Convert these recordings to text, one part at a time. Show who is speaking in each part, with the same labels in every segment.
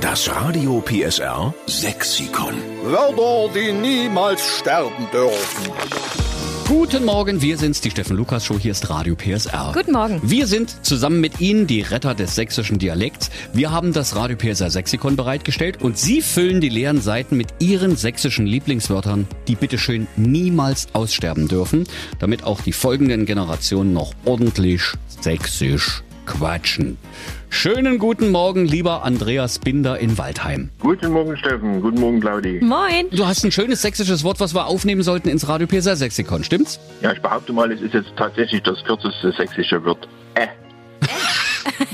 Speaker 1: Das Radio PSR Sexikon.
Speaker 2: Wörter, die niemals sterben dürfen.
Speaker 3: Guten Morgen, wir sind's, die Steffen Lukas Show. Hier ist Radio PSR.
Speaker 4: Guten Morgen.
Speaker 3: Wir sind zusammen mit Ihnen die Retter des sächsischen Dialekts. Wir haben das Radio PSR Sexikon bereitgestellt und Sie füllen die leeren Seiten mit Ihren sächsischen Lieblingswörtern, die bitteschön niemals aussterben dürfen, damit auch die folgenden Generationen noch ordentlich sächsisch quatschen. Schönen guten Morgen, lieber Andreas Binder in Waldheim.
Speaker 5: Guten Morgen, Steffen. Guten Morgen, Claudi.
Speaker 4: Moin.
Speaker 3: Du hast ein schönes sächsisches Wort, was wir aufnehmen sollten ins Radio PSR Sexikon, stimmt's?
Speaker 5: Ja, ich behaupte mal, es ist jetzt tatsächlich das kürzeste sächsische Wort. Äh.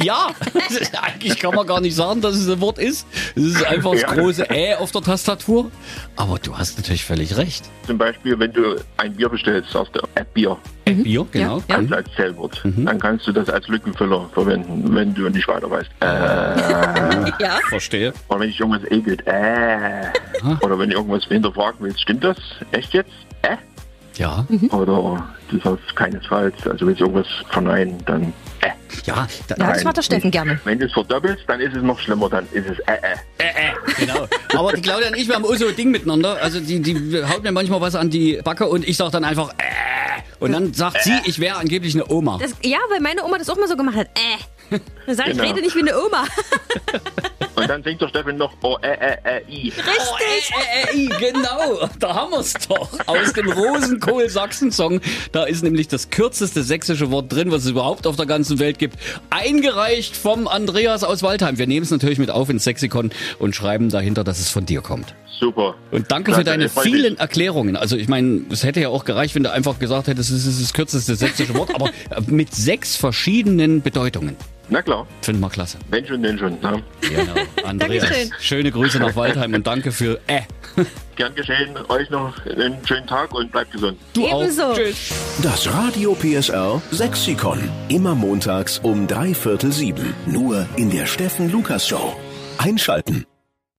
Speaker 3: Ja, eigentlich kann man gar nicht sagen, dass es ein Wort ist. Es ist einfach das
Speaker 5: Ja.
Speaker 3: große Ä auf der Tastatur. Aber du hast natürlich völlig recht.
Speaker 5: Zum Beispiel, wenn du ein Bier bestellst, sagst du äh, Bier
Speaker 3: Bier, genau.
Speaker 4: ja.
Speaker 3: Mhm.
Speaker 5: als Zählwort. Dann kannst du das als Lückenfüller verwenden, wenn du nicht weiter weißt. Äh.
Speaker 4: Ja.
Speaker 3: Verstehe.
Speaker 5: Oder wenn dich irgendwas ekelt. Äh. Oder wenn du irgendwas hinterfragen willst. Stimmt das? Echt jetzt? Äh?
Speaker 3: Ja.
Speaker 4: Mhm.
Speaker 5: Oder du sagst keinesfalls. Also willst du irgendwas verneinen, dann äh.
Speaker 3: Ja, da,
Speaker 4: Ja, das
Speaker 5: Nein.
Speaker 4: macht der Steffen gerne.
Speaker 5: Wenn du es verdoppelst, dann ist es noch schlimmer. Dann ist es äh, äh.
Speaker 3: Äh, äh, genau. Aber die Claudia und ich, wir haben auch so ein Ding miteinander. Also die, die haut mir manchmal was an die Backe und ich sag dann einfach äh. Und dann sagt sie, ich wäre angeblich eine Oma.
Speaker 4: Das, ja, weil meine Oma das auch mal so gemacht hat. Äh. Dann sag ich,
Speaker 5: Genau.
Speaker 4: rede nicht wie eine Oma.
Speaker 3: Oh,
Speaker 5: Und dann singt der Steffen noch oh, äh, äh, äh, i.
Speaker 3: Oh, äh, äh, äh, genau, da haben wir's doch. Aus dem Rosenkohl-Sachsen-Song. Da ist nämlich das kürzeste sächsische Wort drin, was es überhaupt auf der ganzen Welt gibt. Eingereicht vom Andreas aus Waldheim. Wir nehmen es natürlich mit auf ins Sexikon und schreiben dahinter, dass es von dir kommt.
Speaker 5: Super.
Speaker 3: Und danke
Speaker 5: Klasse,
Speaker 3: für deine
Speaker 5: ich freu mich.
Speaker 3: vielen Erklärungen. Also ich meine, es hätte ja auch gereicht, wenn du einfach gesagt hättest, es ist das kürzeste sächsische Wort, aber äh, mit sechs verschiedenen Bedeutungen.
Speaker 5: Na klar,
Speaker 3: Finden wir klasse.
Speaker 5: wenn schon, denn schon. Ne?
Speaker 3: Genau, Andreas.
Speaker 4: Dankeschön.
Speaker 3: Schöne Grüße nach Waldheim und danke für äh.
Speaker 5: Gern geschehen, euch noch einen schönen Tag und bleibt gesund.
Speaker 3: Du
Speaker 4: Ebenso.
Speaker 3: auch. Tschüss.
Speaker 1: Das Radio PSR Sexikon. Immer montags um drei Viertel sieben. Nur in der Steffen Lukas Show. Einschalten.